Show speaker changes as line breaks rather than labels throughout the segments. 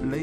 你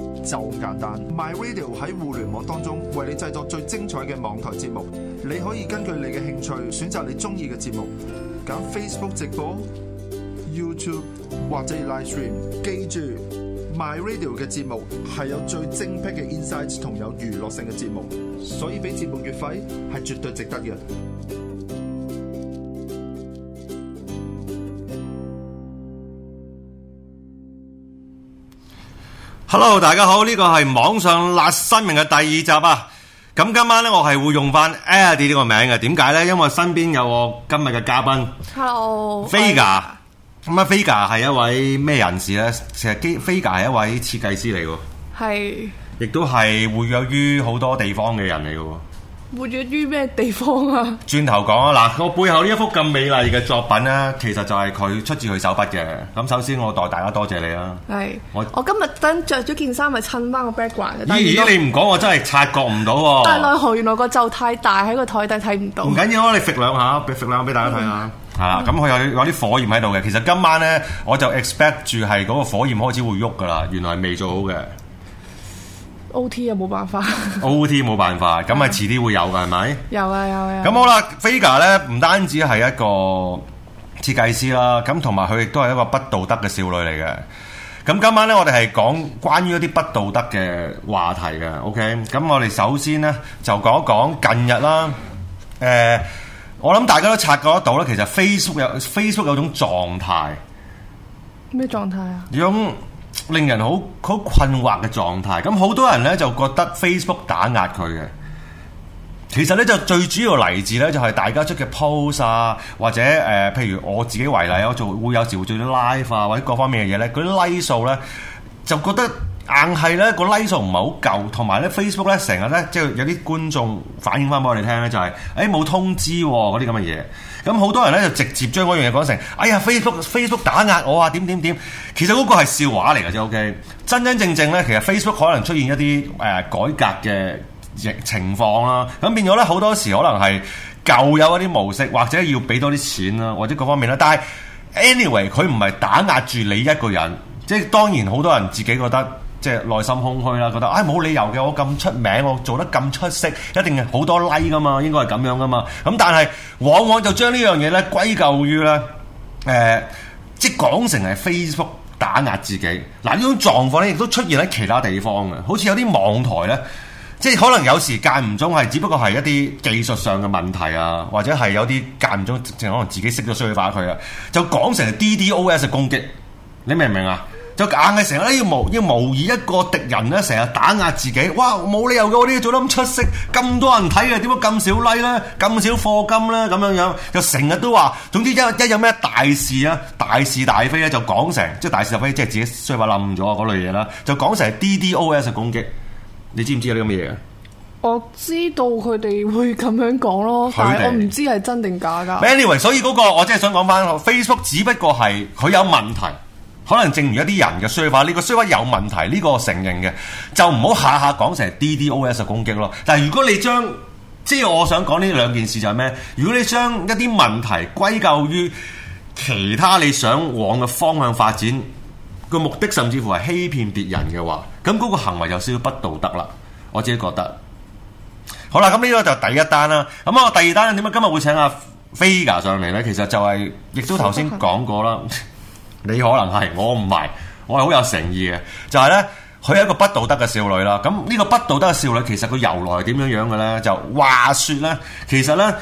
就咁簡單。My Radio 喺互聯網當中為你製作最精彩嘅網台節目，你可以根據你嘅興趣選擇你中意嘅節目，揀 Facebook 直播、YouTube 或者 Live Stream。記住，My Radio 嘅節目係有最精闢嘅 insights 同有娛樂性嘅節目，所以俾節目月費係絕對值得嘅。
Hello，大家好，呢個係網上辣新聞嘅第二集啊！咁今晚呢，我係會用翻 Eddie 呢個名嘅，點解呢？因為身邊有我今日嘅嘉賓
Hello，
Vega。咁啊，Vega 係一位咩人士呢？其實基 Vega 係一位設計師嚟喎，
係
亦都係活躍於好多地方嘅人嚟嘅喎。
活躍於咩地方啊？
轉頭講啊，嗱，我背後呢一幅咁美麗嘅作品呢，其實就係佢出自佢手筆嘅。咁首先我代大家多謝你啊啦。
係
我
我今日等着咗件衫，咪襯翻個 background 嘅。但係原
咦，
來
你唔講我真係察覺唔到喎。
但係奈何原來個袖太大，喺個台底睇唔到
唔。緊要啊，你揈兩下，俾揈兩下俾大家睇下。係啦，咁佢有有啲火焰喺度嘅。其實今晚咧，我就 expect 住係嗰個火焰開始會喐噶啦。原來未做好嘅
O T 啊又冇辦 法，
，OT 冇辦法，咁咪啊遲啲會有㗎，係咪？
有啊有啊。有啊
咁好啦，Vega 咧唔單止係一個設計師啦，咁同埋佢亦都係一個不道德嘅少女嚟嘅。咁今晚咧，我哋係講關於一啲不道德嘅話題嘅。OK，咁我哋首先咧就講一講近日啦。誒、我諗大家都察覺得到啦，其實 Facebook 有 Facebook 有種狀態，
咩狀態啊？
有種令人好好困惑嘅狀態。咁好多人咧就覺得 Facebook 打壓佢嘅。其實咧就最主要嚟自咧就係大家出嘅 post 啊，或者誒、呃譬如我自己為例，啊我做會有時會做啲 live 啊，或者各方面嘅嘢咧，嗰啲 like 數咧就覺得硬係咧個 like 數唔係好夠，同埋咧 Facebook 咧成日咧即係有啲觀眾反映翻俾我哋聽咧就係誒冇通知喎嗰啲咁嘅嘢，咁好多人咧就直接將嗰樣嘢講成，哎呀 Facebook Facebook 打壓我啊點點點，其實嗰個係笑話嚟嘅啫，OK，真真正正咧其實 Facebook 可能出現一啲誒、呃改革嘅。疫情況啦，咁變咗咧好多時可能係舊有一啲模式，或者要俾多啲錢啦，或者各方面啦。但係 anyway，佢唔係打壓住你一個人，即係當然好多人自己覺得。即係內心空虛啦，覺得唉冇、理由嘅，我咁出名，我做得咁出色，一定係好多 like 噶嘛，應該係咁樣噶嘛。咁但係往往就將呢樣嘢咧歸咎於咧誒、呃即係講成係 Facebook 打壓自己。嗱呢種狀況咧，亦都出現喺其他地方嘅，好似有啲網台咧。即係可能有時間唔中係，只不過係一啲技術上嘅問題啊，或者係有啲間唔中，淨可能自己識咗衰化佢啊，就講成係 DDoS 嘅攻擊，你明唔明啊？就硬係成日咧要模要模擬一個敵人咧，成日打壓自己，哇冇理由嘅，我呢個做得咁出色，咁多人睇嘅，點解咁少 like 咧，咁少課金咧，咁樣樣就成日都話，總之一一有咩大事啊，大是大非咧就講成，即係大是大非，即係自己衰化冧咗啊嗰類嘢啦，就講成係 DDoS 嘅攻擊。你知唔知有啲咁嘅嘢啊？
我知道佢哋會咁樣講咯，但
佢哋
係我唔知係真定假㗎。
anyway，所以嗰個我真係想講翻，Facebook 只不過係佢有問題，可能正如一啲人嘅 server，呢個 server 有問題，呢、個我承認嘅，就唔好下下講成 DDoS 嘅攻擊咯。但係如果你將即係我想講呢兩件事就係咩？如果你將一啲問題歸咎於其他你想往嘅方向發展，個目的甚至乎係欺騙別人嘅話，咁嗰個行為有少少不道德啦。我自己覺得。好啦，咁呢個就第一單啦。咁我啊第二單點解今日會請阿 Vega 上嚟呢？其實就係、亦都頭先講過啦。你可能係，我唔係，我係好有誠意嘅。就係、呢，佢係一個不道德嘅少女啦。咁呢個不道德嘅少女其實佢由來點樣樣嘅呢？就話說呢，其實呢。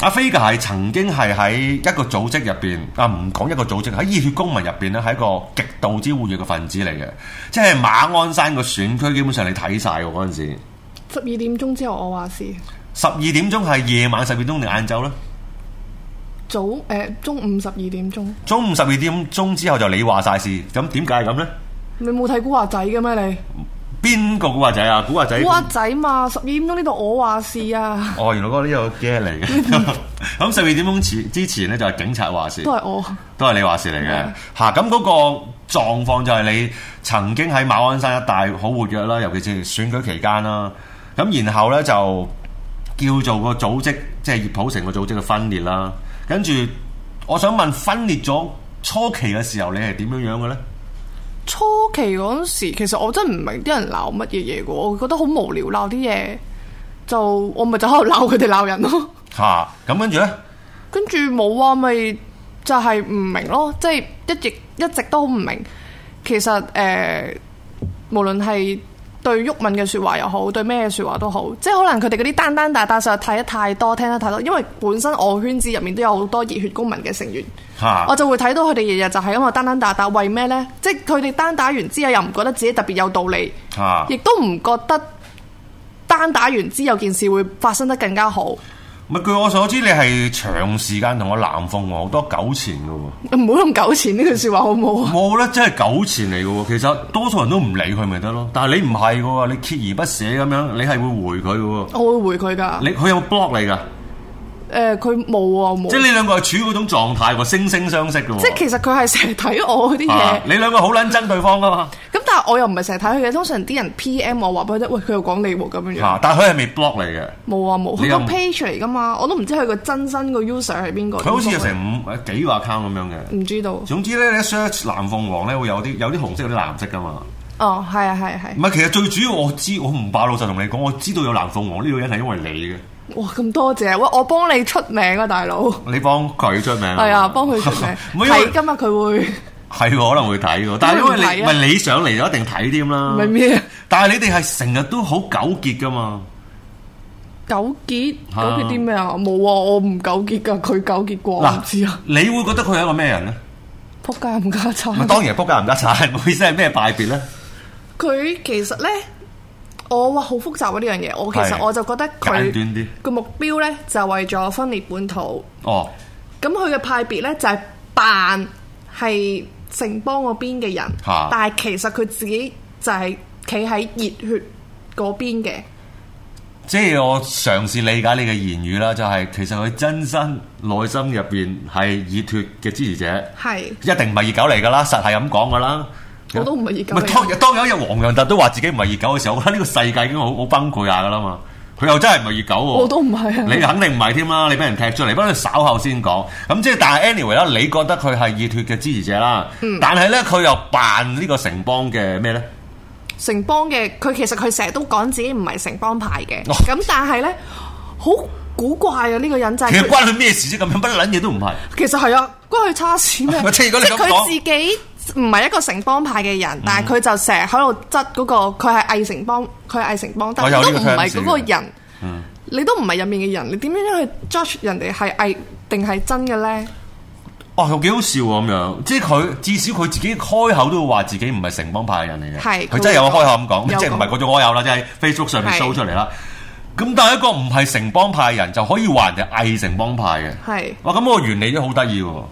阿 Vega 係曾經係喺一個組織入邊，啊唔講一個組織，喺熱血公民入邊咧，係一個極度之活躍嘅分子嚟嘅，即係馬鞍山個選區基本上你睇晒喎嗰陣時。
十二點鐘之後我話事，
十二點鐘係夜晚十二點鐘定晏晝咧？
早誒、中午十二點鐘，
中午十二點鐘之後就你話晒事，咁點解係咁呢？
你冇睇古惑仔嘅咩你？
邊個古惑仔啊？古惑仔
古惑仔嘛，十二點鐘呢度我話事啊，
哦，原來嗰個呢個 g 嚟嘅。咁十二點鐘前之前咧就係警察話事
都，係我。
都係你話事嚟嘅。嚇，咁嗰個狀況就係你曾經喺馬鞍山一帶好活躍啦，尤其是選舉期間啦。咁然後咧就叫做個組織，即係葉普成個組織嘅分裂啦。跟住，我想問分裂咗初期嘅時候，你係點樣樣嘅咧？
初期嗰陣時，其實我真係唔明啲人鬧乜嘢嘢嘅，我覺得好無聊鬧啲嘢，就我咪就喺度鬧佢哋鬧人咯。
嚇、咁跟住咧，
跟住冇啊，咪就係唔明咯，即係一直一直都好唔明。其實誒、呃，無論係對鬱敏嘅説話又好，對咩説話都好，即係可能佢哋嗰啲單單大大實在睇得太多，聽得太多。因為本身我圈子入面都有好多熱血公民嘅成員，
嚇、
我就會睇到佢哋日日就係因為單單打打，為咩呢？即係佢哋單打完之後又唔覺得自己特別有道理，
嚇、
亦都唔覺得單打完之後件事會發生得更加好。
咪據我所知，你係長時間同我南鳳凰好多糾纏嘅喎。
唔好咁糾纏呢句説話好唔好啊？
冇咧，真係糾纏嚟嘅喎。其實多數人都唔理佢咪得咯，但係你唔係嘅喎，你鍥而不捨咁樣，你係會回佢嘅喎。
我會回佢㗎。
你佢有冇 block 嗯你㗎？
誒佢冇啊冇，
即係你兩個係處於嗰種狀態喎，惺惺相惜嘅喎。
即係其實佢係成日睇我嗰啲嘢，
啊你兩個好撚憎對方噶嘛？
咁、但係我又唔係成日睇佢嘅。通常啲人 P.M 我話俾佢聽，喂佢又講你喎咁樣樣，
啊！但係佢係未 block 你嘅，
冇啊冇，
你
佢
又
個
唔
page 嚟㗎嘛，我都唔知佢個真身個 user 係邊個。啊
佢好似有成五幾個 account 咁樣嘅。
唔知道，
總之咧，你一 search 藍鳳凰咧，會有啲有啲紅色，有啲藍色噶嘛。
哦係啊係啊係
唔
啊，
係，其實最主要我知，我唔怕老實同你講，我知道有藍鳳凰呢個人係因為你嘅。
哇咁多謝，喂我幫你出名啊大佬，
你幫佢出名
係啊幫佢 出
唔
名，
係因為
睇今日佢
係喎，可能會睇喎，但係因為你唔
可能會睇啊
係你上嚟就一定睇添啦。
會唔係咩啊
但係你哋係成日都好糾結噶嘛？
糾結
嚇
糾結啲咩啊？冇啊我唔糾結㗎，佢糾結過，我唔知啊，
你會覺得佢係一個咩人 咧？
撲街冚家
咁
鏟。
當然係撲街唔得曬，我意思係咩敗別咧？
佢其實呢，我哇好複雜啊呢樣嘢。我其實
係
我就覺得
簡短
佢
啲。
個目標呢，就係為咗分裂本土。
哦，
咁佢嘅派別呢，就係扮係城邦嗰邊嘅人，
嚇
但係其實佢自己就係企喺熱血嗰邊嘅。
即係我嘗試理解你嘅言語啦，就係其實佢真身內心入邊係熱血嘅支持者，
係
一定唔係熱狗嚟噶啦，實係咁講噶啦。
我都唔係熱
咪
狗嚟
當
㗎
當有一日黃洋達都話自己唔係熱狗嘅時候，我覺得呢個世界已經好好崩潰下噶啦嘛。佢又真係唔係熱狗喎。
我都唔 係啊
你肯定唔係添啦，你俾人踢出嚟，不過稍後先講。咁即係但係 anyway 啦，你覺得佢係熱血嘅支持者啦，但係咧佢又扮呢個城邦嘅咩咧？
城邦嘅，佢其實佢成日都講自己唔係城邦派嘅，
哦
咁、但係呢，好古怪啊！呢、個人就係
其實
佢
關佢咩事啫？咁樣不撚嘢都唔係。？
其實係啊，關佢差事咩
即係如果你咁講嗯
佢自己唔係一個城邦派嘅人，但係佢就成日喺度質嗰個佢係偽城邦，佢係偽城邦，但
我
係
有呢
都
個嗯
唔係
terms
嗰個人。你都唔係入面嘅人，你點樣去 judge 人哋係偽定係真嘅呢？
哦，又幾好笑喎咁樣，即係佢至少佢自己開口都會話自己唔係城邦派嘅人嚟嘅，
係
佢真係有開口咁
有
講，
講
即係唔係嗰種開口啦，即係 Facebook 上面
係
show 出嚟啦。咁但係一個唔係城邦派嘅人就可以話人哋偽城邦派嘅，
係
哇！咁個原理都好得意喎，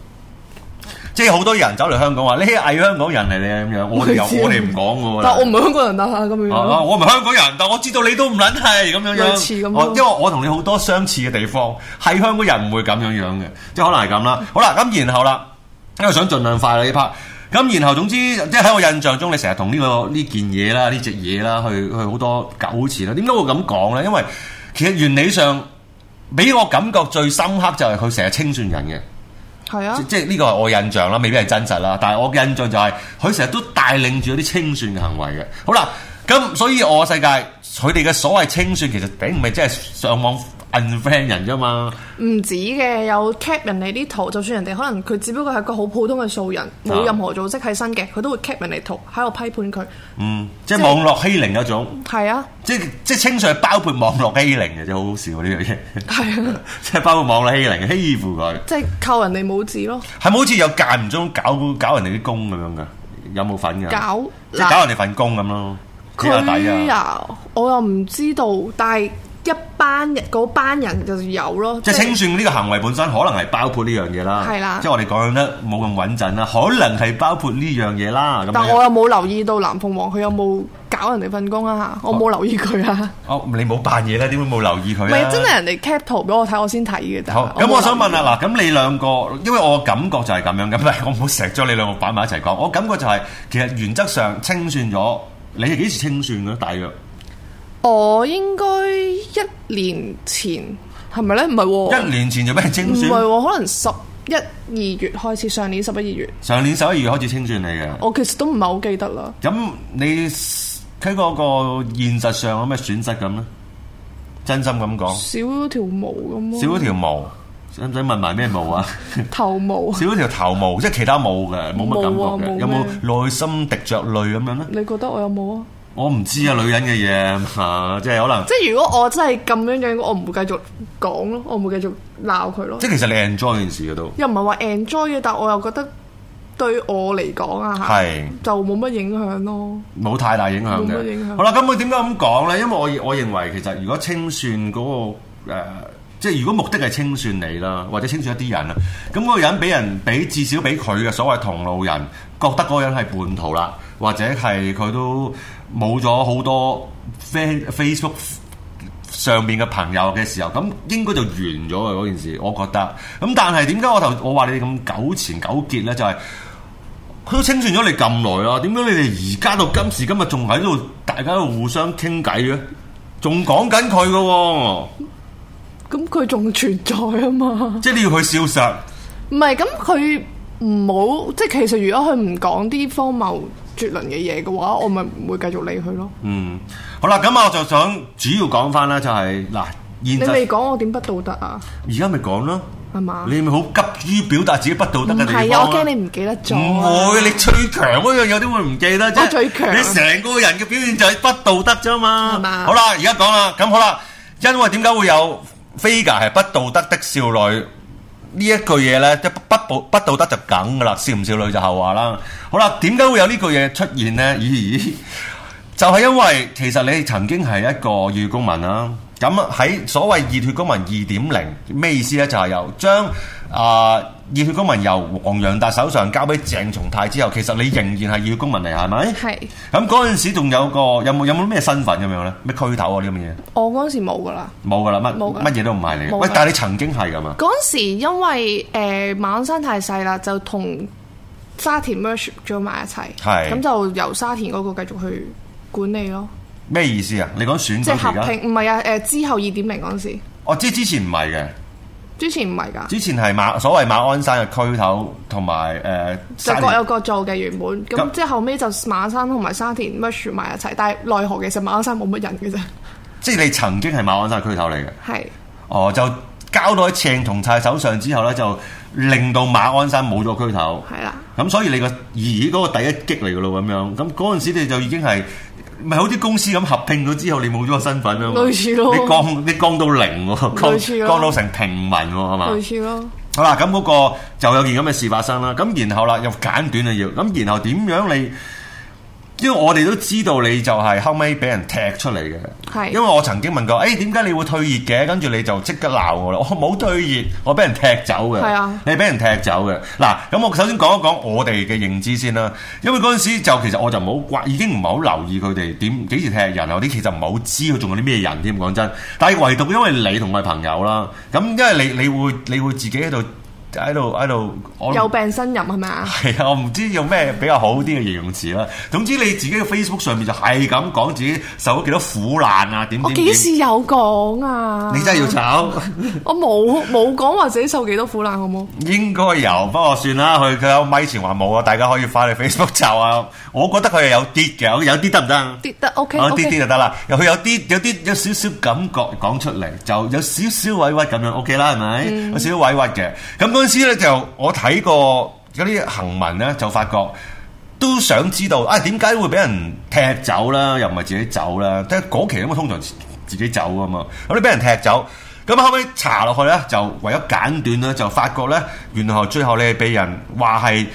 即係好多人走嚟香港話呢啲偽香港人嚟嘅咁樣，我哋 又
我知啊
我哋唔講嘅喎。
但我唔係香港人啊，咁樣
啊啊
咯。
我唔係香港人，但我知道你都唔撚係咁樣樣。
類似咁咯
我因為我同你好多相似嘅地方，係香港人唔會咁樣樣嘅，即係可能係咁
嗯
啦。好啦，咁然後啦，因為想盡量快啦呢 part。咁然後總之，即係喺我印象中，你成日同呢個呢件嘢啦、呢只嘢啦，去去好多糾纏啦。點解會咁講呢？因為其實原理上，俾我感覺最深刻就係佢成日清算人嘅。
係啊
即，即係呢個係我印象啦，未必係真實啦。但係我嘅印象就係佢成日都帶領住一啲清算嘅行為嘅。好啦，咁所以我世界佢哋嘅所謂清算其實頂唔係真係上網 unfriend 人啫嘛。
唔止嘅，有 cap 人哋啲圖，就算人哋可能佢只不過係個好普通嘅素人，冇
啊
任何組織喺身嘅，佢都會 cap 人哋圖喺度批判佢。
嗯，即係
即係
網絡欺凌一種，
係啊，
即係即係清算係包括網絡欺凌嘅，真係好好笑啊呢樣嘢。
係啊。
即係包括網絡欺凌，欺負佢
即係扣人哋帽子咯，
係咪好似有間唔中搞搞人哋啲工咁樣噶？有冇份㗎？
搞
啊即係搞人哋份工咁咯，幾有底
佢
啊！
啊，我又唔知道，但係一班人嗰班人就有咯，
即係
係
清算呢個行為本身可能係包括呢樣嘢啦，
係啦
即係我哋講得冇咁穩陣啦，可能係包括呢樣嘢啦。咁
但
樣
我又冇留意到藍鳳凰佢有冇搞人哋份工啊嚇，我冇留意佢啊，
哦，你冇扮嘢啦，點會冇留意佢
唔
啊？
係真係人哋 cap 圖俾我睇，我先睇嘅咋。
好，咁我想問啊，嗱，咁你兩個，因為我感覺就係咁樣，咁咪我唔好錫咗你兩個擺埋一齊講，我感覺就係、其實原則上清算咗，你係幾時清算嘅咧？大約
嗱，我應該一年前係咪咧？唔係喎，
一年前就俾人
哦唔
清
係
算，
喎，可能十一二月開始，上年十一二月，
上年十一月開始清算你嘅，
我其實都唔係好記得啦。
咁你喺嗰個現實上有咩損失咁咧？真心咁講。
少咗條毛咁咯，
少咗條毛，使唔使問埋咩毛 啊？
頭毛。啊
少咗條頭毛，即係其他毛嘅，冇乜感
冇啊
覺嘅。
冇
有冇
咩
內心滴着淚咁樣咧？
你覺得我有冇啊？
我唔知啊，女人嘅嘢啊嚇，即係可能，
即係如果我真係咁樣樣，我唔會繼續講咯，我唔會繼續鬧佢咯
即。係其實你 enjoy 件事嘅都
又唔係話 enjoy 嘅，但我又覺得對我嚟講啊嚇，
係
就冇乜影響咯。
冇太大影響
冇乜影
嘅。
響
好啦，咁我點解咁講咧？因為我我認為其實如果清算嗰、個、呃、即係如果目的係清算你啦，或者清算一啲人啊，咁嗰個人俾人俾至少俾佢嘅所謂同路人覺得嗰個人係叛徒啦，或者係佢都冇咗好多 fa- Facebook 上邊嘅朋友嘅時候，咁應該就完咗嘅嗰件事，我覺得。咁但係點解我頭我話你哋咁糾纏糾結咧？就係、佢都清算咗你咁耐啦，點解你哋而家到今時今日仲喺度，大家喺度互相傾偈嘅，仲講緊佢嘅喎，
咁佢仲存在啊嘛，
即係你要佢消失。
唔係咁佢唔好即係其實如果佢唔講啲荒謬絕倫嘅嘢嘅話，我咪唔會繼續理佢咯。
嗯，好啦，咁我就想主要講翻啦，就係、嗱，現
你未
實
講我點不道德啊？
而家咪講咯，
係嘛？
你咪好急於表達自己不道德
唔
嘅地
係啊，
方
我驚
啦
你唔記得咗。啊
唔會，你最強嗰樣有啲會唔記得啫。
我最強
你成個人嘅表現就係不道德啫嘛。
係嘛
好啦，而家講啦，咁好啦，因為點解會有 Vega 係不道德的少女呢一句嘢咧？即係不不不道德就梗噶啦，少唔少女就後話啦。好啦，點解會有呢句嘢出現咧？咦咦就係因為其實你曾經係一個義公民啦，咁喺所謂熱血公民二點零咩意思呢？就係、由將啊、熱血公民由黃洋達手上交俾鄭松泰之後，其實你仍然係熱血公民嚟，係咪？
係
咁嗰陣時仲有個有冇有冇咩身份咁樣呢？咩區頭啊呢啲咁嘅嘢
我嗰陣時冇噶啦。
冇噶啦，乜
冇㗎
乜嘢都唔係你嘅。
冇㗎
喂，但係你曾經係噶嘛？
嗰陣時因為誒、呃、馬鞍山太細啦，就同沙田 merge 咗埋一齊，
係
咁就由沙田嗰個繼續去管理咯，
咩意思啊？你講選
即
舉
係合
期間？
併。唔係啊，誒、之後二點零嗰陣時，
我知之前唔係嘅，
之前唔係㗎，
之前係馬所謂馬鞍山嘅區頭同埋誒沙
就各
田
有各做嘅原本。
咁
咁即係後尾就馬鞍山同埋沙田 merge 埋一齊，但係奈何其實馬鞍山冇乜人嘅啫，
即係你曾經係馬鞍山區頭嚟嘅，
係
哦就交到喺鄭同泰手上之後咧，就令到馬鞍山冇咗區頭，
係啦。
咁所以你個咦嗰個第一擊嚟嘅咯咁樣，咁嗰陣時你就已經係咪好啲公司咁合併咗之後，你冇咗個身份啊嘛？
類似咯
你降你降到零喎，
類似
降
咯
降到成平民喎，係嘛？
類似咯，
好啦，咁嗰個就有件咁嘅事發生啦。咁然後啦，又簡短啊要。咁然後點樣你？因為我哋都知道你就係後尾俾人踢出嚟嘅。
係
因為我曾經問過，誒點解你會退熱嘅？跟住你就即刻鬧我啦。我冇退熱，我俾人踢走嘅。
係啊
你俾人踢走嘅。嗱，咁我首先講一講我哋嘅認知先啦。因為嗰陣時就其實我就冇關，已經唔係好留意佢哋點幾時踢人啊，有啲其實唔係好知佢仲有啲咩人添。講真，但係唯獨因為你同我係朋友啦，咁因為你你會你會自己喺度喺度喺度，我
有病呻吟係咪啊？
係啊，我唔知用咩比較好啲嘅形容詞啦。總之你自己嘅 Facebook 上面就係咁講自己受咗幾多苦難啊，點
我
點
幾
點。
時有講啊？
你真係要炒？
我冇冇講話自己受幾多苦難好冇？
應該有，不過算啦。佢佢有咪前話冇啊，大家可以翻去 Facebook 查啊。我覺得佢係有跌嘅，有啲得唔得啊？
跌得 OK
我
OK
啲啲就得啦，又佢有啲有啲有少少感覺講出嚟，就有少少委屈咁樣，OK 啦，係咪？
嗯
有少少委屈嘅。咁嗰陣時咧就我睇過嗰啲行文咧，就發覺都想知道啊點解會俾人踢走啦，又唔係自己走啦，即係嗰期咁啊，通常自己走噶嘛，咁你俾人踢走。咁後尾查落去咧，就為咗簡短咧，就發覺咧，原來最後你係俾人話係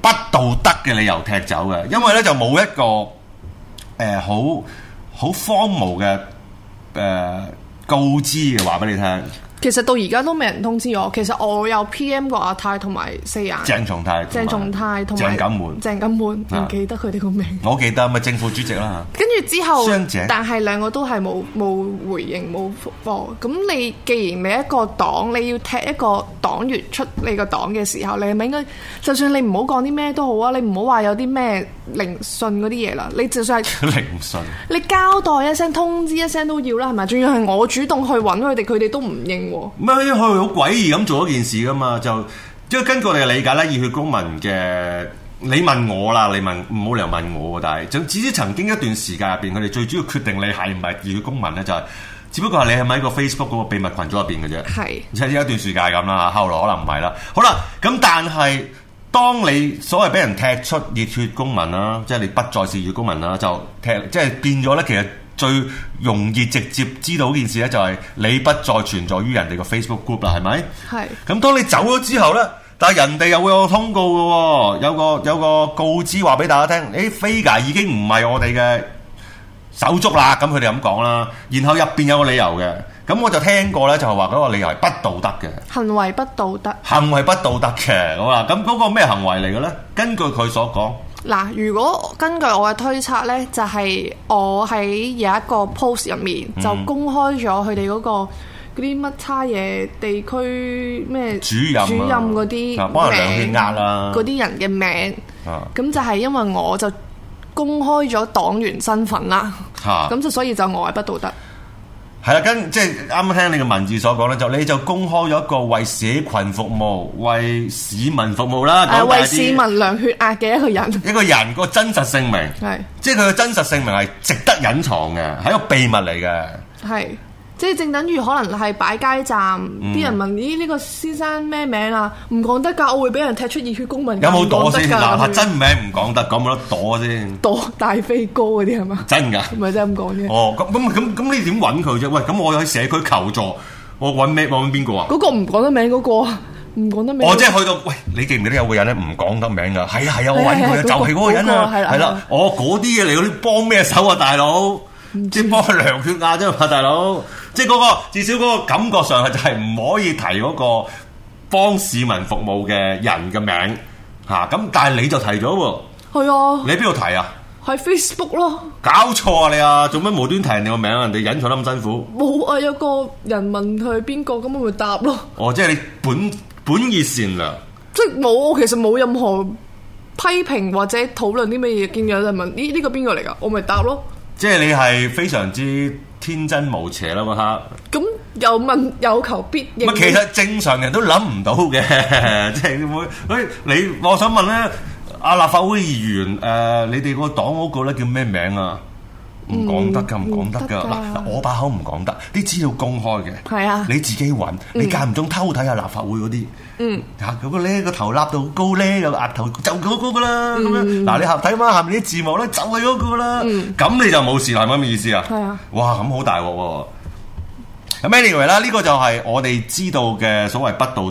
不道德嘅理由踢走嘅，因為咧就冇一呃個誒好好荒謬嘅誒呃告知嘅話俾你聽，
其實到而家都未人通知我。其實我有 P.M. 過阿泰同埋四眼、
鄭松泰同埋
鄭仲泰同
鄭
埋
錦滿
鄭錦滿，
啊
唔記得佢哋個名。
我記得咪政府主席啦
跟住之後
傷者，
但係兩個都係冇冇回應冇復播。咁你既然你一個黨，你要踢一個黨員出你個黨嘅時候，你係咪應該？就算你唔好講啲咩都好啊，你唔好話有啲咩聆訊嗰啲嘢啦。你就算係
嚇，聆訊。
你交代一聲、通知一聲都要啦，係咪？仲要係我主動去揾佢哋，佢哋都唔應喎。
咩？因為佢好詭異咁做一件事噶嘛，就因為根據我哋嘅理解咧，熱血公民嘅你問我啦，你問唔好理由問我喎，但係就至於曾經一段時間入邊，佢哋最主要決定你係唔係熱血公民咧，就係、只不過係你係咪喺個 Facebook 嗰個秘密群組入邊嘅啫。
係
即係有一段時間係咁啦，後來可能唔係啦。好啦，咁但係當你所謂俾人踢出熱血公民啦，即係你不再是熱血公民啦，就踢即係變咗咧，其實。最容易直接知道件事咧，就係你不再存在於人哋個 Facebook group 啦，係咪？
係
咁當你走咗之後呢，但係人哋又會有個通告嘅喎，有個有個告知話俾大家聽，誒 Vega 已經唔係我哋嘅手足啦，咁佢哋咁講啦。然後入邊有個理由嘅，咁我就聽過呢，就係話嗰個理由係不道德嘅，
行為不道德。
行為不道德嘅，咁啊，咁嗰個咩行為嚟嘅呢？根據佢所講，
嗱，如果根據我嘅推測呢，就係、我喺有一個 post 入面、
嗯
就公開咗佢哋嗰個嗰啲乜叉嘢地區咩
主任啊
主任嗰啲
啊幫人量血壓啊啦
名嗰啲人嘅名，
啊
咁就係因為我就公開咗黨員身份啦，
嚇。
咁就所以就我係不道德。
係啦，跟即係啱啱聽你嘅文字所講咧，就你就公開咗一個為社群服務、為市民服務啦，
誒
講大
啊為
啲
市民量血壓嘅一個人，
一個人個真實姓名，
係
即係佢嘅真實姓名係值得隱藏嘅，係一個秘密嚟嘅。
係，即係正等於可能係擺街站，
嗯
啲人問咦呢個先生咩名啊？唔講得㗎，我會俾人踢出熱血公民㗎。
有冇
唔講
躲
得
先？
㗎
嗱，
咁樣
係真名唔講得，講冇得躲先。
躲大飛高嗰啲 係嘛？
真 㗎。
唔係真係咁講嘅。
哦，咁咁咁咁，你點揾佢啫？喂，咁我喺社區求助，我揾咩？我揾邊個啊？
嗰個唔講得名嗰個啊，唔講得名。
我哦即係去到，喂，你記唔記得有個人咧唔講得名㗎？係啊係啊，我
係啊
揾佢
係
啊，
啊
就係嗰個人啊，
嗰個係啦
係
係
啦
啦，
我嗰啲嘢嚟，你幫咩手啊，大佬？即係幫佢量血壓啫嘛，大佬。即係嗰個至少嗰個感覺上係就係唔可以提嗰個幫市民服務嘅人嘅名嚇。咁、但係你就提咗喎，
係啊，
你喺邊度提啊？
喺 Facebook 咯，
搞錯啊你啊！做乜無端提人哋個名啊？人哋隱藏得咁辛苦。
冇啊，有個人問佢邊個，咁我咪答咯。
哦，即係你本本意善良。
即係冇，我其實冇任何批評或者討論啲咩嘢。見有人問咦呢個邊個嚟㗎，我咪答咯。
即係你係非常之天真無邪啦，嗰刻。
咁有問有求必應
唔。其實正常人都諗唔到嘅， 即係會。喂，你我想問咧，阿立法會議員誒、呃你哋個黨嗰個咧叫咩名啊？唔講得㗎，唔講得
嗯唔得
㗎。
㗎
嗱，嗱我把口唔講得，啲資料公開嘅。
係啊
你自己揾，你間唔中偷睇下立法會嗰啲。嗯。嚇，嗰個咧個頭笠到高咧，有個額頭就嗰個㗎啦。咁樣嗱，你合睇翻下面啲字幕咧，就係嗰個啦。咁你就冇嗯事啦，係咪咁嘅意思啊？
係啊。
哇，咁好大鑊喎！咁 anyway 啦，呢個就係我哋知道嘅所謂不道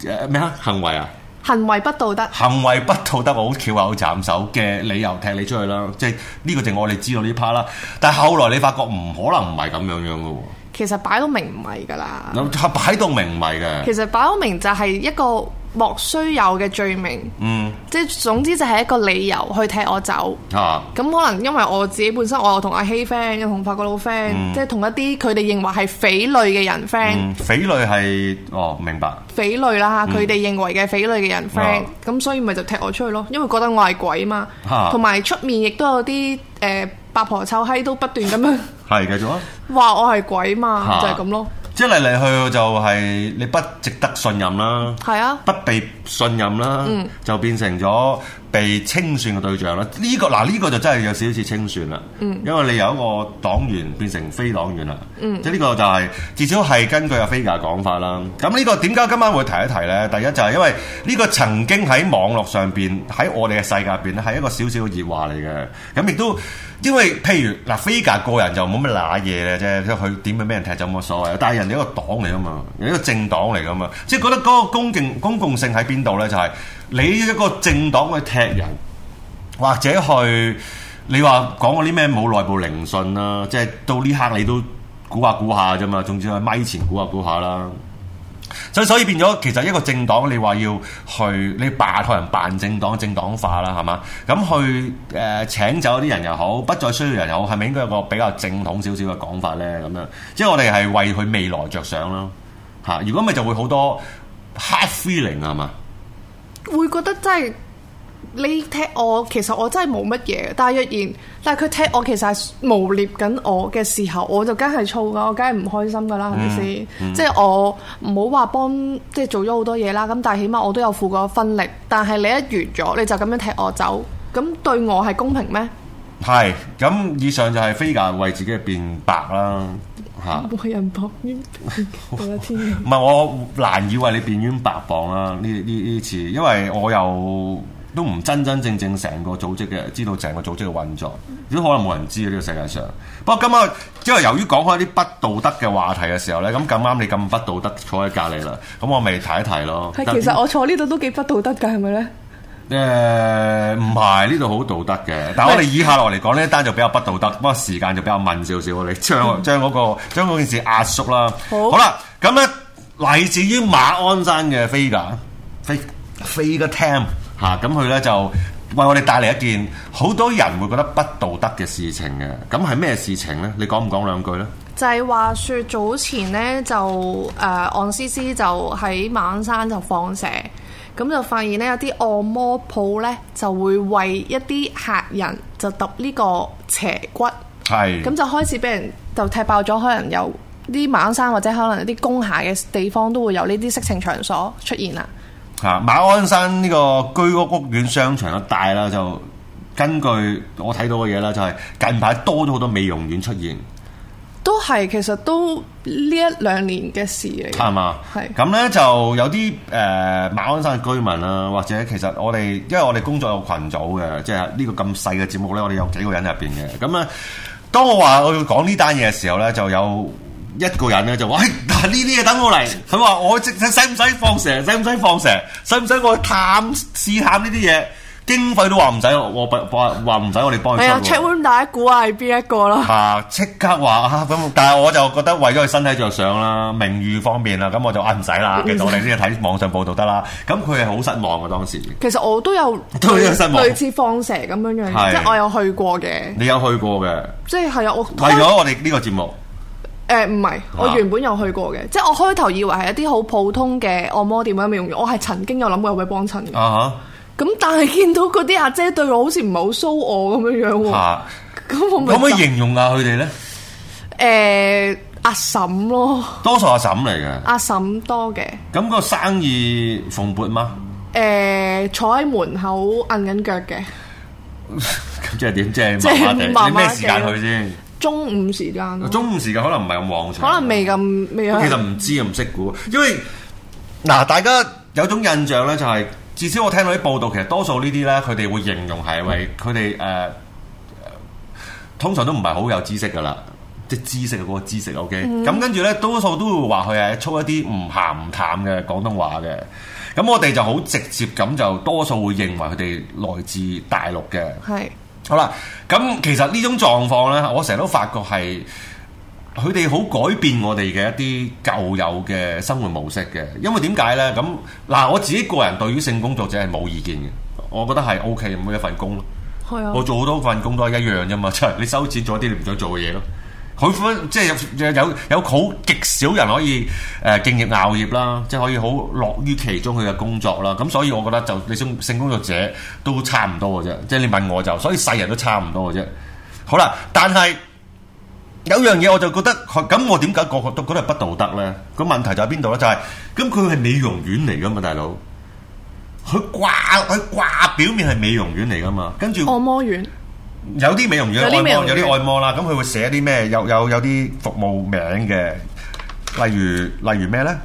德誒咩啊行為啊，
行為不道德，
行為不道德，我好翹口斬手嘅理由踢你出去啦，即係呢個就我哋知道呢 part 啦。但係後來你發覺唔可能唔係咁樣樣嘅
其實擺到明唔係㗎啦。
喎，嗱擺到明唔係嘅，
其實擺到明就係一個莫須有嘅罪名，
嗯
即係總之就係一個理由去踢我走。
啊
咁可能因為我自己本身我又同阿希 friend，又同法國佬 friend，、即係同一啲佢哋認為係匪類嘅人 friend。
嗯，匪類係哦明白，
匪類啦，佢哋認為嘅匪類嘅人 friend，
啊
咁所以咪就踢我出去咯，因為覺得我係鬼嘛
啊，
同埋出面亦都有啲誒八婆臭閪都不斷咁樣
係繼續啊。
話我係鬼嘛
啊，
就係咁咯，
即係嚟嚟去去就係你不值得信任啦，
係啊
不被信任啦，就變成咗被清算嘅對象啦。呢、個嗱呢、個就真係有少少似清算啦，因為你由一個黨員變成非黨員啦，即係呢個就係、至少係根據阿菲亞講法啦。咁呢個點解今晚會提一提呢？第一就係因為呢個曾經喺網絡上邊喺我哋嘅世界入邊咧係一個少少嘅熱話嚟嘅，咁亦都。因為譬如嗱，菲格個人就冇乜揦嘢嘅啫，即係佢點樣俾人踢走冇乜所謂。但係人哋一個黨嚟噶嘛，人哋一個政黨嚟噶嘛，即係覺得嗰個公共公共性喺邊度咧？就係、你一個政黨去踢人，或者去你話講嗰啲咩冇內部聆訊啦，即係到呢刻你都估下估下啫嘛，總之喺咪前估下估下啦。所以所以變咗，其實一個政黨，你話要去你扮學人扮政黨政黨化啦，係嘛？咁去誒、呃、請走啲人又好，不再需要人又好，係咪應該有個比較正統少少嘅講法咧？咁樣，即係我哋係為佢未來着想咯嚇。如果咪就會好多 hard feeling 啊係嘛？
會覺得真係你踢我，其實我真係冇乜嘢。但係若然，但係佢踢我其實係污蔑緊我嘅時候，我就梗係燥噶，我梗係唔開心噶啦，係咪先？即係我唔好話幫，即係做咗好多嘢啦。咁但係起碼我都有付過分力。但係你一完咗，你就咁樣踢我走，咁對我係公平咩？
係咁，以上就係 Vega 為自己嘅辯白啦嚇。
冇人博冤，我嘅天啊！
唔係我難以為你辯冤白謗啦，呢呢呢次，因為我又都唔真真正正成個組織嘅，知道成個組織嘅運作，都可能冇人知啊嘅呢個世界上。不過今日因為由於講開啲不道德嘅話題嘅時候呢，咁咁啱你咁不道德坐喺隔離啦，咁我咪提一提咯。
係其實我坐呢度都幾不道德㗎，係咪咧？
誒呃唔係呢度好道德嘅，但係我哋以下落嚟講呢一單就比較不道德，不過時間就比較慢少少，我哋將將嗰、個將嗰件事壓縮啦。
好
啦，咁咧嚟自於馬鞍山嘅 Vega Vega Vega Tam 嚇，咁佢咧就。為我哋帶嚟一件好多人會覺得不道德嘅事情嘅，咁係咩事情呢？你講唔講兩句呢？
就係話說早前呢，就誒昂思思就喺馬鞍山就放蛇，咁就發現呢，有啲按摩鋪呢就會為一啲客人就揼呢個斜骨，
係
咁就開始俾人就踢爆咗，可能有啲馬鞍山或者可能有啲工廈嘅地方都會有呢啲色情場所出現啦。
嚇啊馬鞍山呢個居屋屋苑商場一帶啦，就根據我睇到嘅嘢啦，就係、近排多咗好多美容院出現，
都係其實都呢一兩年嘅事嚟嘅，
係嘛？
係
咁呢就有啲誒、呃、馬鞍山嘅居民啦，或者其實我哋因為我哋工作有群組嘅，即係呢個咁細嘅節目呢，我哋有幾個人入邊嘅。咁啊，當我話我要講呢單嘢嘅時候呢，就有。一個人咧就話：，哎嗱呢啲嘢等我嚟。佢話我即使使唔使放蛇，使唔使放蛇，使唔使我去探試探呢啲嘢？經費都話唔使，我不話話唔使，我哋幫佢
係啊
出喎
，check room 大家估下係邊一個啦？
啊！即刻話啊咁，但係我就覺得為咗佢身體着想啦、名譽方面啦，咁我就啊唔使 啦。其實我哋呢睇網上報道得啦。咁佢係好失望嘅當時。
其實我都有
都有失望
類似放蛇咁樣樣嘅，
係
即係我有去過嘅，
你有去過嘅，
即係係啊，我
為
開
咗我啊哋呢個節目
誒唔係，我原本有去過嘅，即係我開頭以為係一啲好普通嘅按摩店或者美容院，我係曾經有諗過有去幫襯嘅，咁、
啊
但係見到嗰啲阿姐對我好似唔係好騷我咁樣樣
嚇
喎，
嚇，
咁我咪
啊可唔可以
就
形容下佢哋咧？
誒阿嬸咯，
多數阿嬸嚟嘅，
阿嬸多嘅，
咁個生意蓬勃嗎？
誒、呃坐喺門口摁緊腳嘅，
咁即係點？即
即
係
係
麻麻地。你
麻麻地
咩時間去先？
中午時間咯，
啊中午時間可能唔係咁旺場。
可能未咁未有
其實唔知啊，唔識估，因為嗱，大家有種印象咧、就係至少我聽到啲報道，其實多數呢啲咧，佢哋會形容係為佢哋誒，通常都唔係好有知識噶啦。即係知識嘅嗰個知識，OK。咁、跟住咧，多數都會話佢係操一啲唔鹹唔淡嘅廣東話嘅。咁我哋就好直接咁就多數會認為佢哋來自大陸嘅。
係
好啦，咁其實呢種狀況呢，我成日都發覺係佢哋好改變我哋嘅一啲舊有嘅生活模式嘅，因為點解呢？咁嗱，我自己個人對於性工作者係冇意見嘅，我覺得係 O K，每一份工咯。
係啊
我。做好多份工都係一樣啫嘛，即 係你收錢做一啲你唔想做嘅嘢咯。佢分即係有有有好極少人可以誒、呃、敬業熬業啦，即係可以好樂於其中佢嘅工作啦。咁所以我覺得就你性性工作者都差唔多嘅啫，即係你問我就，所以世人都差唔多嘅啫。好啦，但係。有樣嘢我就覺得佢咁，我點解個個都覺得係不道德呢？個問題就喺邊度呢？就係咁，佢係美容院嚟噶嘛，大佬，佢掛佢掛表面係美容院嚟噶嘛，跟住
按摩院
有啲美容院
有
按
啲
摩，
美容
有
院
啲按摩啦，咁佢會寫啲咩？有有有啲服務名嘅，例如例如咩咧？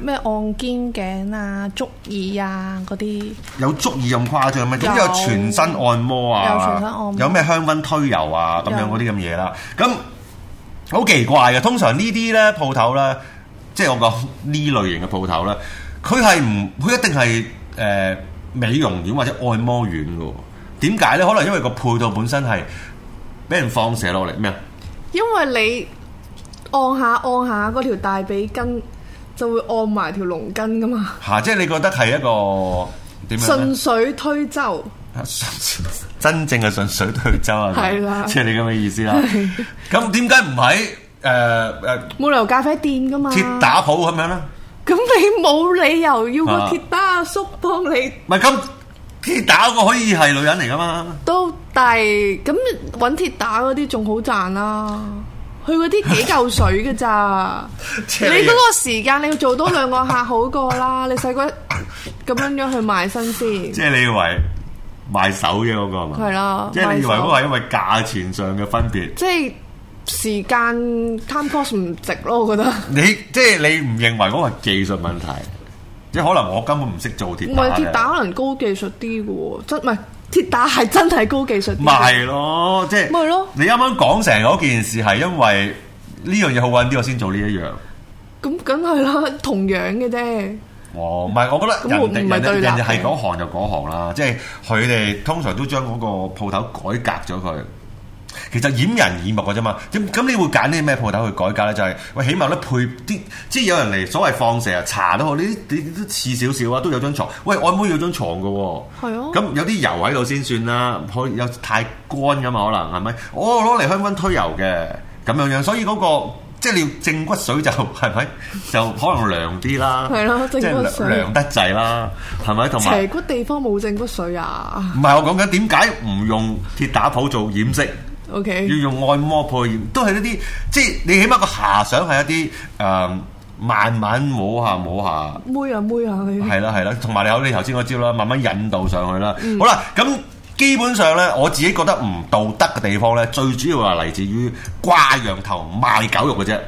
咩按肩頸啊、足耳啊嗰啲，
有足耳咁誇張咩？總之有
有
全身按摩啊，
有全身按摩
有咩香薰推油啊咁樣
有
嗰啲咁嘢啦。咁好奇怪嘅，通常呢啲咧鋪頭咧，即係我講呢類型嘅鋪頭咧，佢係唔佢一定係誒、呃美容院或者按摩院嘅喎。點解咧？可能因為個配套本身係俾人放射落嚟咩啊？
因為按下按下嗰條大髀筋，就會按埋條龍筋噶嘛。
嚇、即係你覺得係一個點樣
順
呢
水推舟，
真正嘅順水推舟係咪
係 啦
即係你咁嘅意思啦。咁點解唔喺誒誒
冇理由咖啡店噶嘛。
鐵打啊鋪咁樣咧？
咁你冇理由要個鐵打阿叔幫你
唔係咁鐵打嗰個可以係女人嚟噶嘛？
都但係咁揾鐵打嗰啲仲好賺啦。佢嗰啲幾嚿水嘅咋？
即
你
係
嗰個時間你要做多兩個客好過啦。你使鬼咁樣樣去賣身
即
先，
係你以為賣手嘅嗰個係嘛？
係啦
即係你以為
賣手
嗰個係因為價錢上嘅分別。
即係時間 time cost 唔值咯，我 覺得。
你即係你唔認為嗰個係技術問題，即係可能我根本唔識做鐵
唔
打
係
嘅
鐵打可能高技術啲嘅喎，真唔係鐵打係真係高技術啲。
咪係咯，即係
咪係咯
你啱啱講成嗰件事係因為呢樣嘢好揾啲，我先做呢一樣。
咁梗係啦，同樣嘅啫。
哦，唔係，我覺得人
咁
哋人
唔係
哋
對立
人
嘅
哋係嗰行就嗰行啦，即係佢哋通常都將嗰個鋪頭改革咗佢。其實掩人耳目嘅啫嘛，咁咁你會揀啲咩鋪頭去改革咧？就係、喂，起碼咧配啲，即係有人嚟所謂放蛇啊、茶都好，呢啲你你都似少少啊，都有張床。喂，按摩要張床嘅喎，
係啊
咁有啲油喺度先算啦，可以有太乾噶嘛，可能係咪？我攞嚟香薰推油嘅咁樣樣，所以嗰、個即係你要正骨水就係咪就可能涼啲啦，
係咯
即
正
係
骨
涼
水
涼得滯啦，係咪？同埋
斜骨地方冇正骨水啊
唔係我講緊點解唔用鐵打鋪做掩飾？
，OK，
要用按摩配件，都係呢啲，即係你起碼個遐想係一啲誒、嗯慢慢摸下摸下，
妹啊妹啊你，
係啦係啦，同埋你有你頭先嗰招啦，慢慢引導上去啦。
嗯
好啦，咁基本上咧，我自己覺得唔道德嘅地方咧，最主要係嚟自於掛羊頭賣狗肉嘅啫。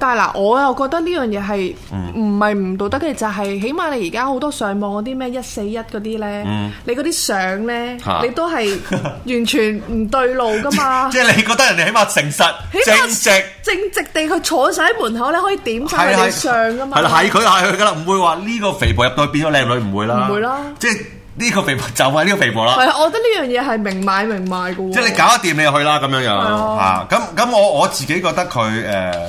但係嗱，我又覺得呢樣嘢係
嗯
唔係唔道德嘅，就係起碼你而家好多上網嗰啲咩一四一嗰啲咧，你嗰啲相咧
嗯嚇，
你都係完全唔對路噶 嘛
即。係你覺得人哋起碼誠實
啊起碼
正直。
正直地佢坐晒喺門口咧，可以點晒
係
佢
啦
哋相噶嘛。
係啦，係佢係佢噶啦，唔會話呢個肥婆入到去變咗靚女，唔會啦。
唔會啦
即係呢個肥婆就係呢個肥婆啦。
係啊，我覺得呢樣嘢係明買明賣噶喎。
即係你搞得掂你就去啦咁樣樣嚇
啊。
咁咁、我我自己覺得佢誒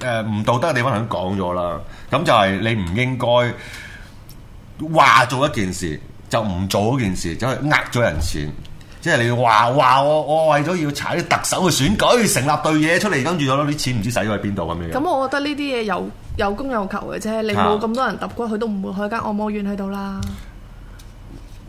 誒唔道德嘅地方頭先講咗啦。咁就係你唔應該話做一件事就唔做嗰件事，走去呃咗人錢。即係你話話我我為咗要踩啲特首嘅選舉，成立對嘢出嚟，跟住攞啲錢唔知使咗去邊度咁樣樣。
咁我覺得呢啲嘢有有供有求嘅啫，你
啊
冇咁多人揼骨，佢都唔會開間按摩院喺度啦。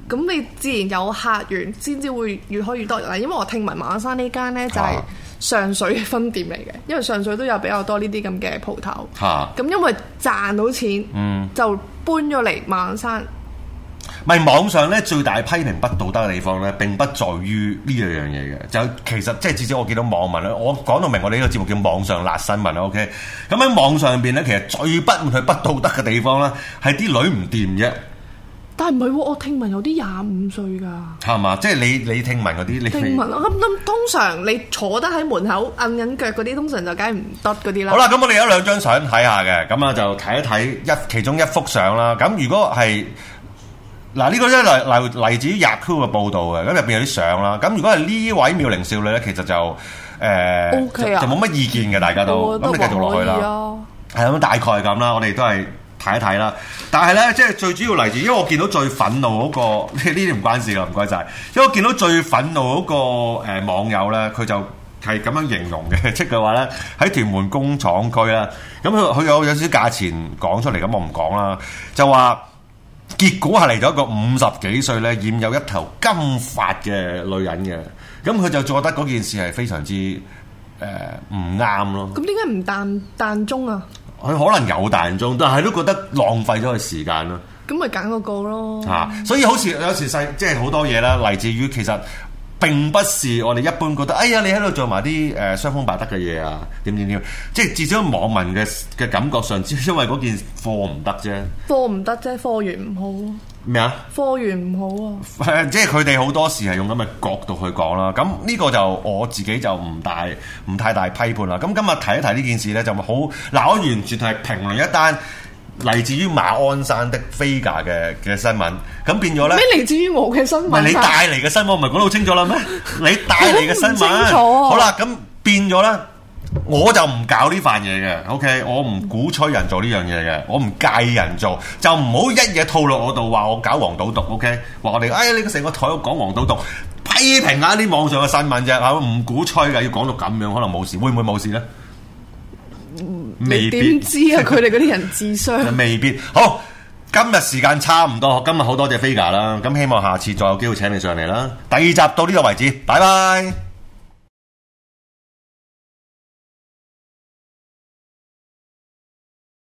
咁你自然有客源，先至會越開越多人啦。因為我聽聞馬鞍山呢間呢，就係
啊
上水嘅分店嚟嘅，因為上水都有比較多呢啲咁嘅鋪頭。
嚇
咁因為賺到錢，
嗯
就搬咗嚟馬鞍山。
咪網上咧最大批評不道德嘅地方咧，並不在於呢樣樣嘢嘅，就其實即係至少我見到網民咧，我講到明我哋呢個節目叫網上辣新聞啦，OK？咁喺網上邊咧，其實最不滿佢不道德嘅地方咧，係啲女唔掂啫，
但係唔係喎，我聽聞有啲廿五歲㗎。
係嘛？即係你你聽聞嗰啲，你
聽聞啊咁咁，通常你坐得喺門口摁緊腳嗰啲，通常就梗係唔得嗰啲啦。
好啦，咁我哋有兩張相睇下嘅，咁啊就睇一睇一其中一幅相啦。咁如果係嗱呢個咧嚟嚟嚟自於 Yahoo 嘅報導嘅，咁入邊有啲相啦。咁如果係呢位妙齡少女咧，其實就誒、呃
OK 啊
就就冇乜意見嘅，大家
我
都咁你
覺得
繼續落去
還可以
啦。
啊
係咁大概係咁啦，我哋都係睇一睇啦。但係咧，即係最主要嚟自，因為我見到最憤怒嗰、個 呢啲唔關事啦，唔該晒。因為我見到最憤怒嗰、個誒、呃、網友咧，佢就係咁樣形容嘅， 即係佢話咧喺屯門工廠區啦，咁佢佢有有少少價錢講出嚟，咁我唔講啦，就話。結果係嚟咗一個五十幾歲咧，染有一頭金髮嘅女人嘅，咁佢就覺得嗰件事係非常之誒唔啱咯。
咁點解唔彈彈鐘啊？
佢可能有彈中，但係都覺得浪費咗佢時間咯
咁咪揀嗰個咯。
嚇、所以好似有時細即係好多嘢啦，嚟自於其實並不是我哋一般覺得，哎呀你喺度做埋啲誒傷風敗德嘅嘢啊，點點點，即係至少網民嘅嘅感覺上，只因為嗰件貨唔得啫，
貨唔得啫，貨源唔
咩啊？
好，貨源唔好啊。
即係佢哋好多時係用咁嘅角度去講啦。咁呢個就我自己就唔大唔太大批判啦。咁今日睇一睇呢件事呢，就好嗱，我完全係評論一單嚟自於馬鞍山的飛價嘅嘅新聞。咁變咗呢
咩，嚟自於我嘅新
唔係你
聞啊？
帶嚟嘅新聞，我唔係講得好清楚啦咩？你帶嚟嘅新
我唔清
聞，
楚啊
好啦，咁變咗呢，我就唔搞呢份嘢嘅，OK，我唔鼓吹人做呢樣嘢嘅，我唔介意人做，就唔好一嘢套落我度話我搞黃賭毒，OK，話我哋哎你個成個台都講黃賭毒，批評下啲網上嘅新聞啫，係咪唔鼓吹嘅，要講到咁樣可能冇事，會唔會冇事呢？未
你
必
點。知啊？佢哋嗰啲人智商。
未必。好，今日時間差唔多，今日好多謝 Figa 啦，咁希望下次再有機會請你上嚟啦。第二集到呢度為止，拜拜。